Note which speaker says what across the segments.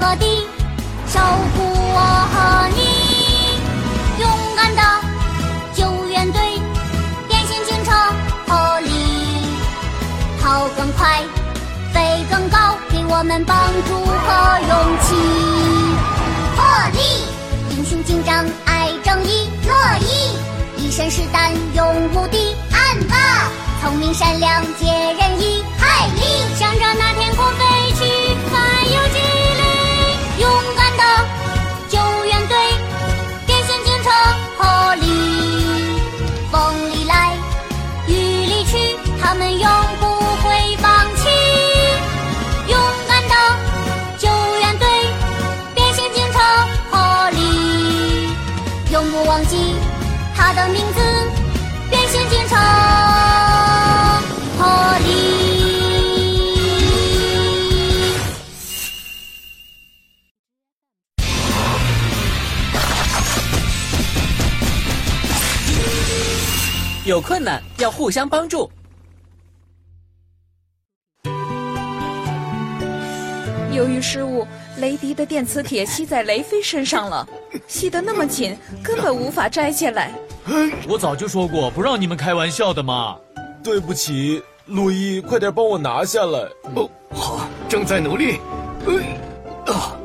Speaker 1: 和地，守护我和你。勇敢的救援队，变形警车合力，跑更快，飞更高，给我们帮助和勇气。破力，英雄警长爱正义，乐意一身是胆勇无敌，暗霸聪明善良解人意，海力向着那天空飞去，还有激励，勇敢的救援队，变形警车合力，风里来，雨里去，他们永不会放弃。勇敢的救援队，变形警车合力，永不忘记他的名字，变形警车破例。
Speaker 2: 有困难要互相帮助。
Speaker 3: 由于失误，雷迪的电磁铁吸在雷飞身上了，吸得那么紧，根本无法摘下来。
Speaker 4: 我早就说过不让你们开玩笑的嘛。
Speaker 5: 对不起，路易，快点帮我拿下来。
Speaker 6: 哦，好，正在努力。哎，啊，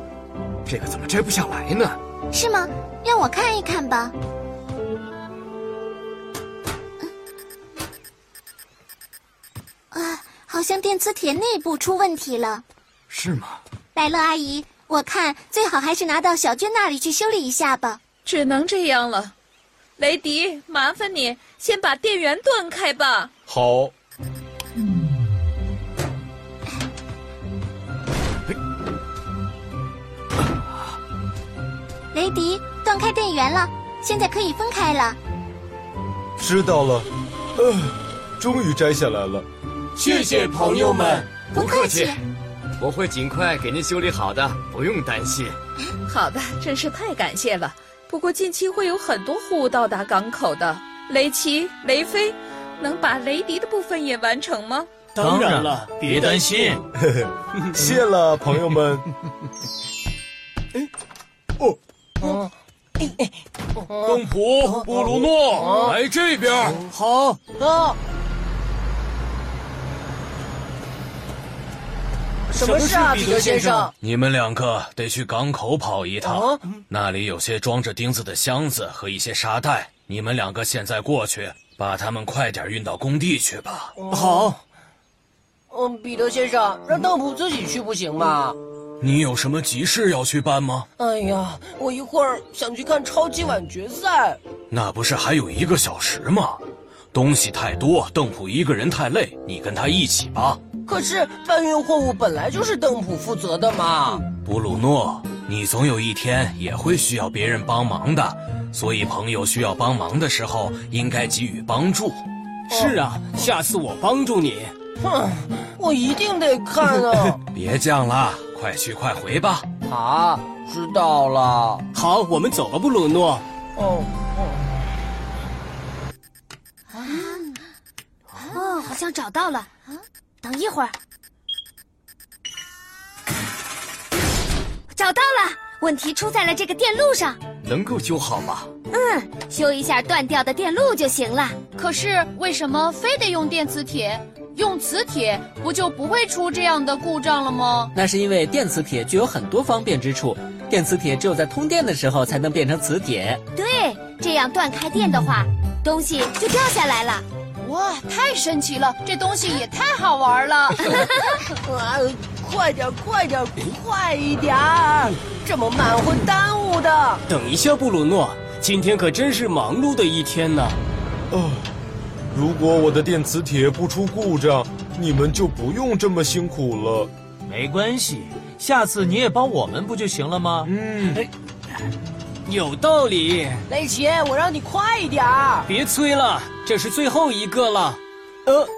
Speaker 6: 这个怎么摘不下来呢？
Speaker 7: 是吗？让我看一看吧。啊，好像电磁铁内部出问题了。
Speaker 6: 是吗？
Speaker 7: 莱乐阿姨，我看最好还是拿到小娟那里去修理一下吧。
Speaker 3: 只能这样了。雷迪，麻烦你先把电源断开吧。
Speaker 5: 好，
Speaker 7: 雷迪，断开电源了，现在可以分开了。
Speaker 5: 知道了。呃，终于摘下来了。
Speaker 4: 谢谢朋友们。
Speaker 7: 不客气。
Speaker 6: 我会尽快给您修理好的，不用担心。
Speaker 3: 好的，真是太感谢了。不过近期会有很多货物到达港口的。雷奇、雷飞，能把雷迪的部分也完成吗？
Speaker 4: 当然了，别担心。
Speaker 5: 谢了，朋友们。
Speaker 4: 邓
Speaker 6: 哦
Speaker 4: 普、布鲁诺，来这边。
Speaker 8: 好啊。什么事啊，彼得先生？
Speaker 9: 你们两个得去港口跑一
Speaker 6: 哦
Speaker 9: 趟，那里有些装着钉子的箱子和一些沙袋。你们两个现在过去，把它们快点运到工地去吧。
Speaker 6: 哦
Speaker 8: 好。嗯，彼得先生，让邓普自己去不行吗？
Speaker 9: 你有什么急事要去办吗？
Speaker 8: 哎呀，我一会儿想去看超级碗决赛。
Speaker 9: 那不是还有一个小时吗？东西太多，邓普一个人太累，你跟他一起吧。
Speaker 8: 可是搬运货物本来就是邓普负责的嘛。
Speaker 9: 布鲁诺，你总有一天也会需要别人帮忙的，所以朋友需要帮忙的时候，应该给予帮助。
Speaker 4: 哦是啊，下次我帮助你。
Speaker 8: 哼，我一定得看 啊。
Speaker 9: 别犟啦，快去快回吧。
Speaker 8: 好，知道了。
Speaker 4: 好，我们走吧，布鲁诺。
Speaker 8: 哦，
Speaker 7: 哦，好像找到了。等一会儿，找到了。问题出在了这个电路上，
Speaker 6: 能够修好吗？
Speaker 7: 修一下断掉的电路就行了。
Speaker 10: 可是为什么非得用电磁铁？用磁铁不就不会出这样的故障了吗？
Speaker 2: 那是因为电磁铁具有很多方便之处，电磁铁只有在通电的时候才能变成磁铁。
Speaker 7: 对，这样断开电的话，东西就掉下来了。
Speaker 10: 哇，太神奇了！这东西也太好玩了。
Speaker 8: 啊，快点，快点，快一点儿！这么慢会耽误的。
Speaker 4: 等一下，布鲁诺，今天可真是忙碌的一天呢。
Speaker 5: 哦，如果我的电磁铁不出故障，你们就不用这么辛苦了。
Speaker 11: 没关系，下次你也帮我们不就行了吗？哎
Speaker 5: 嗯，
Speaker 4: 有道理，
Speaker 8: 雷奇，我让你快一点儿。
Speaker 4: 别催了，这是最后一个了。呃，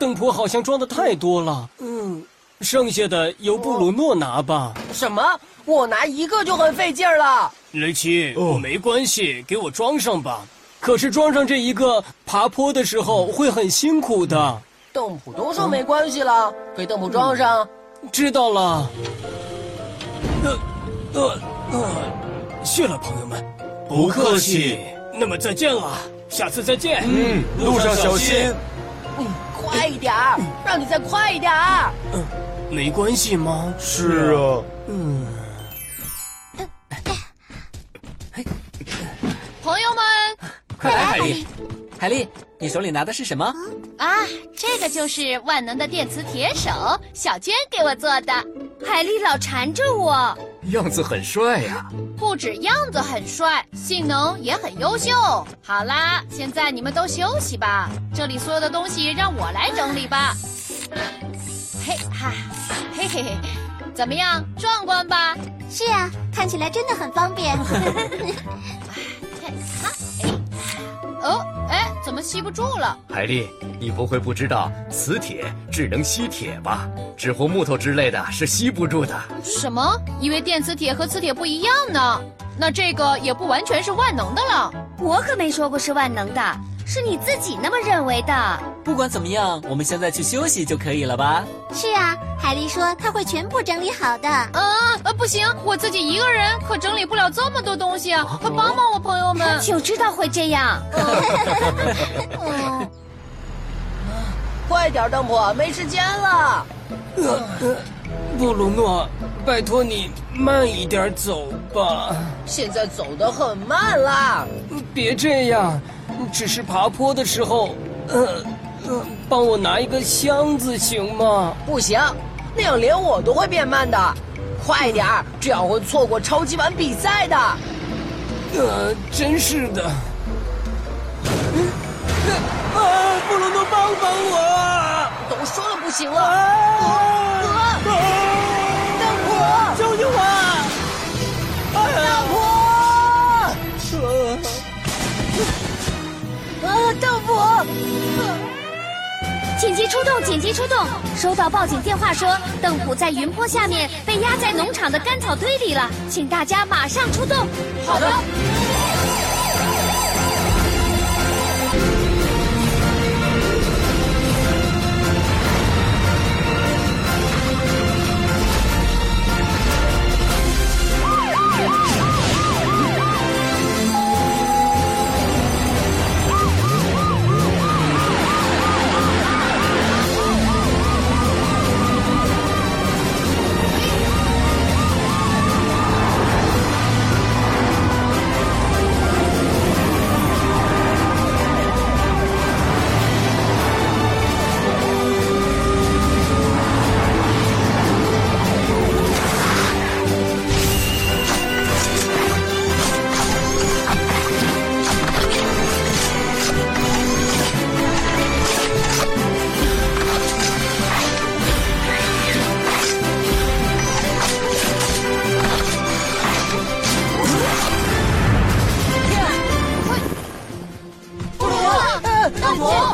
Speaker 4: 邓普好像装的太多了，
Speaker 8: 嗯，
Speaker 4: 剩下的由布鲁诺拿吧。
Speaker 8: 什么？我拿一个就很费劲儿了。
Speaker 4: 雷奇，
Speaker 5: 哦
Speaker 4: 我没关系，给我装上吧。可是装上这一个，爬坡的时候会很辛苦的。
Speaker 8: 邓普都说没关系了，给邓普装上。
Speaker 4: 知道了。呃，呃呃，谢了，朋友们。
Speaker 5: 不客气。
Speaker 4: 那么再见了，下次再见。
Speaker 5: 嗯，路上小心。
Speaker 8: 嗯快一点儿，让你再快一点儿。
Speaker 4: 没关系吗？
Speaker 5: 是啊。
Speaker 4: 嗯。
Speaker 10: 朋友们，
Speaker 2: 快来，海丽！海丽，你手里拿的是什么？
Speaker 10: 啊，这个就是万能的电磁铁手，小娟给我做的。海丽老缠着我，
Speaker 6: 样子很帅
Speaker 5: 啊
Speaker 6: 呀、
Speaker 10: 不止样子很帅，性能也很优秀。好啦，现在你们都休息吧，这里所有的东西让我来整理吧。嘿哈，嘿嘿嘿，怎么样，壮观吧？
Speaker 7: 是啊，看起来真的很方便。
Speaker 10: 嘿哈，哎，哦，哎，怎么吸不住了？
Speaker 6: 海丽，你不会不知道磁铁只能吸铁吧？纸糊木头之类的是吸不住的。
Speaker 10: 什么？以为电磁铁和磁铁不一样呢？那这个也不完全是万能的了。
Speaker 12: 我可没说过是万能的，是你自己那么认为的。
Speaker 2: 不管怎么样，我们现在去休息就可以了吧？
Speaker 7: 是啊，海丽说她会全部整理好的。
Speaker 10: 啊啊，不行，我自己一个人可整理不了这么多东西啊！快帮帮我，朋友们！
Speaker 12: 就知道会这样。
Speaker 8: 快点儿，灯火，没时间了。
Speaker 4: 呃呃，布鲁诺，拜托你慢一点走吧，
Speaker 8: 现在走得很慢啦。
Speaker 4: 别这样，只是爬坡的时候，呃呃，帮我拿一个箱子行吗？
Speaker 8: 不行，那样连我都会变慢的。快点儿，这样会错过超级碗比赛的。
Speaker 4: 呃，真是的。
Speaker 2: 啊
Speaker 4: 呃、啊，布鲁诺，帮帮我啊！
Speaker 8: 都说了不行了。啊！灯、啊、火，
Speaker 4: 救救我！
Speaker 8: 大
Speaker 4: 火！
Speaker 12: 啊，豆腐！紧急出动！紧急出动！收到报警电话说，邓普在云坡下
Speaker 10: 哎
Speaker 12: 面被压在农场的干草堆里了，请大家马上出动。
Speaker 8: 好的。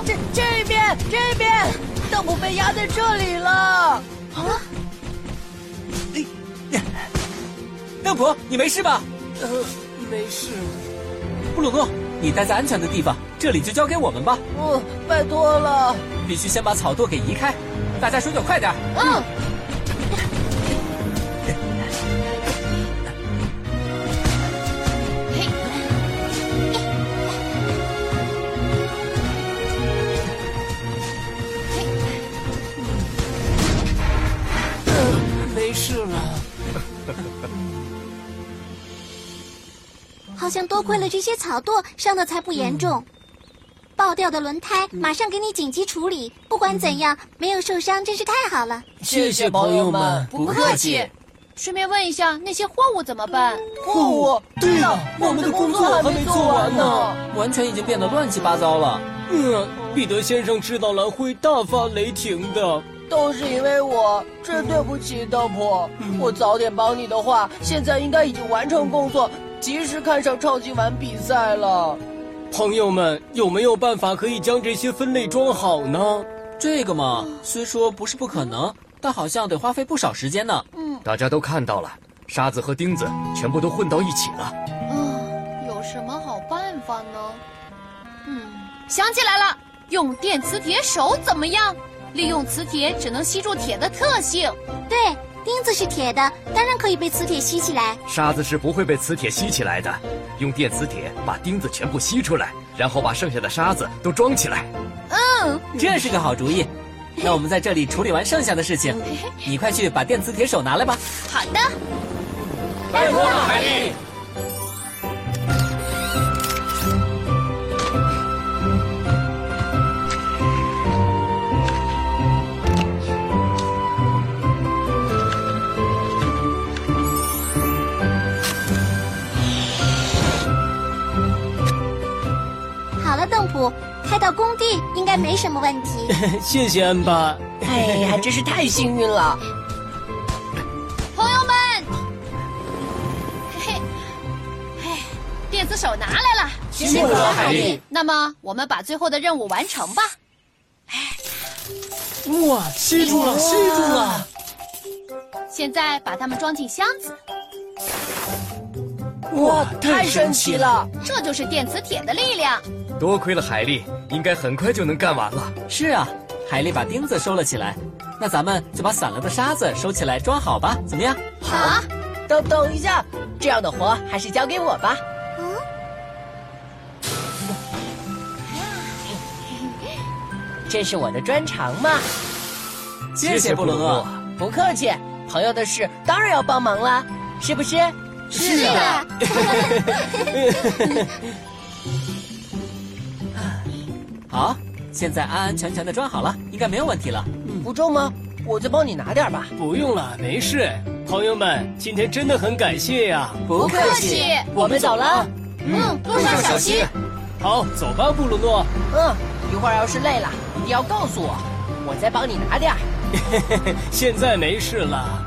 Speaker 8: 这这边这边，邓普被压在这里了。啊！
Speaker 2: 邓普，你没事吧？
Speaker 4: 呃，没事。
Speaker 2: 布鲁诺，你待在安全的地方，这里就交给我们吧。
Speaker 8: 哦，拜托了。
Speaker 2: 必须先把草垛给移开，大家手脚快点。
Speaker 10: 嗯。
Speaker 4: 哦
Speaker 7: 好像多亏了这些草垛，伤的才不严重。爆掉的轮胎马上给你紧急处理。不管怎样，没有受伤真是太好了。
Speaker 4: 谢谢朋友们，
Speaker 10: 不客气。顺便问一下，那些货物怎么办？
Speaker 8: 货物？
Speaker 4: 对了，我们的工作还没做完呢，
Speaker 2: 完全已经变得乱七八糟了。
Speaker 4: 嗯，彼得先生知道了会大发雷霆的。
Speaker 8: 都是因为我，真对不起，豆婆。我早点帮你的话，现在应该已经完成工作，及时看上超级碗比赛了。
Speaker 4: 朋友们，有没有办法可以将这些分类装好呢？
Speaker 2: 这个嘛，虽说不是不可能，但好像得花费不少时间呢。
Speaker 10: 嗯，
Speaker 6: 大家都看到了，沙子和钉子全部都混到一起了。
Speaker 10: 嗯，有什么好办法呢？嗯，想起来了，用电磁铁手怎么样？利用磁铁只能吸住铁的特性，
Speaker 7: 对，钉子是铁的，当然可以被磁铁吸起来。
Speaker 6: 沙子是不会被磁铁吸起来的，用电磁铁把钉子全部吸出来，然后把剩下的沙子都装起来。
Speaker 2: 嗯，这是个好主意。那我们在这里处理完剩下的事情，你快去把电磁铁手拿来吧。
Speaker 10: 好的。
Speaker 1: 拜托了，海
Speaker 9: 丽。
Speaker 7: 好了，邓普，开到工地应该没什么问题。
Speaker 4: 谢谢恩巴。
Speaker 8: 哎呀，真是太幸运了！
Speaker 10: 朋友们，嘿嘿，嘿，电子手拿来了，
Speaker 1: 辛苦了海丽。
Speaker 10: 那么我们把最后的任务完成吧。
Speaker 4: 哇，吸住了，吸住了！
Speaker 10: 现在把它们装进箱子，
Speaker 8: 哇，太神奇了！
Speaker 10: 这就是电磁铁的力量。
Speaker 6: 多亏了海丽，应该很快就能干完了。
Speaker 2: 是啊，海丽把钉子收了起来，那咱们就把散了的沙子收起来装好吧，怎么样？
Speaker 8: 好，等等一下，这样的活还是交给我吧。
Speaker 1: 嗯
Speaker 8: 这是我的专长嘛。
Speaker 2: 谢谢布鲁诺，
Speaker 8: 不客气，朋友的事当然要帮忙啦，是不是？
Speaker 1: 是啊。
Speaker 2: 好，现在安安全全的装好了，应该没有问题了。
Speaker 8: 不重吗？我再帮你拿点吧。
Speaker 4: 不用了，没事。朋友们，今天真的很感谢呀、
Speaker 10: 不客气
Speaker 8: 我们走了。
Speaker 10: 嗯，路上小心。
Speaker 4: 好，走吧，布鲁诺。
Speaker 8: 嗯，一会儿要是累了，一定要告诉我，我再帮你拿点儿。
Speaker 4: 现在没事了。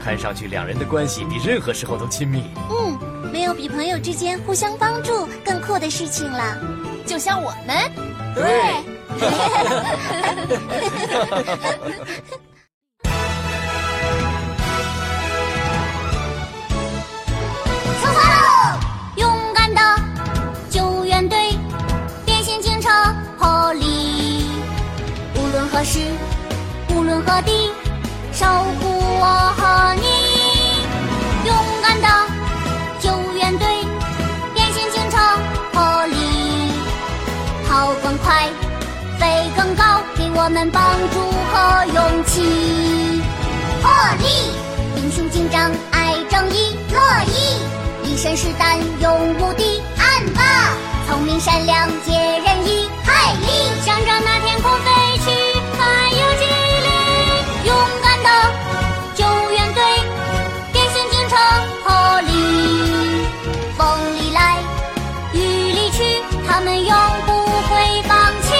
Speaker 6: 看上去两人的关系比任何时候都亲密。
Speaker 7: 嗯，没有比朋友之间互相帮助更酷的事情了。
Speaker 10: 就像我们。
Speaker 1: 对。出发喽！勇敢的救援队，变形警车破例，无论何时，无论何地，守护我和你。勇敢的救援队，变形警车破例，跑更快，飞更高，给我们帮助和勇气。破例，英雄警长爱正义，乐意。一身是胆勇无敌，暗霸，聪明善良解人意，海力想让那天空飞去，还有激励，勇敢的救援队，变形警车破例，风里来，雨里去，他们永不会放弃，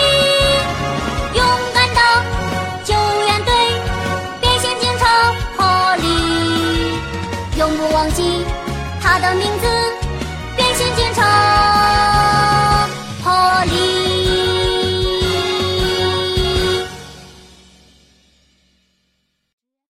Speaker 1: 勇敢的救援队，变形警车破例，永不忘记。他的名字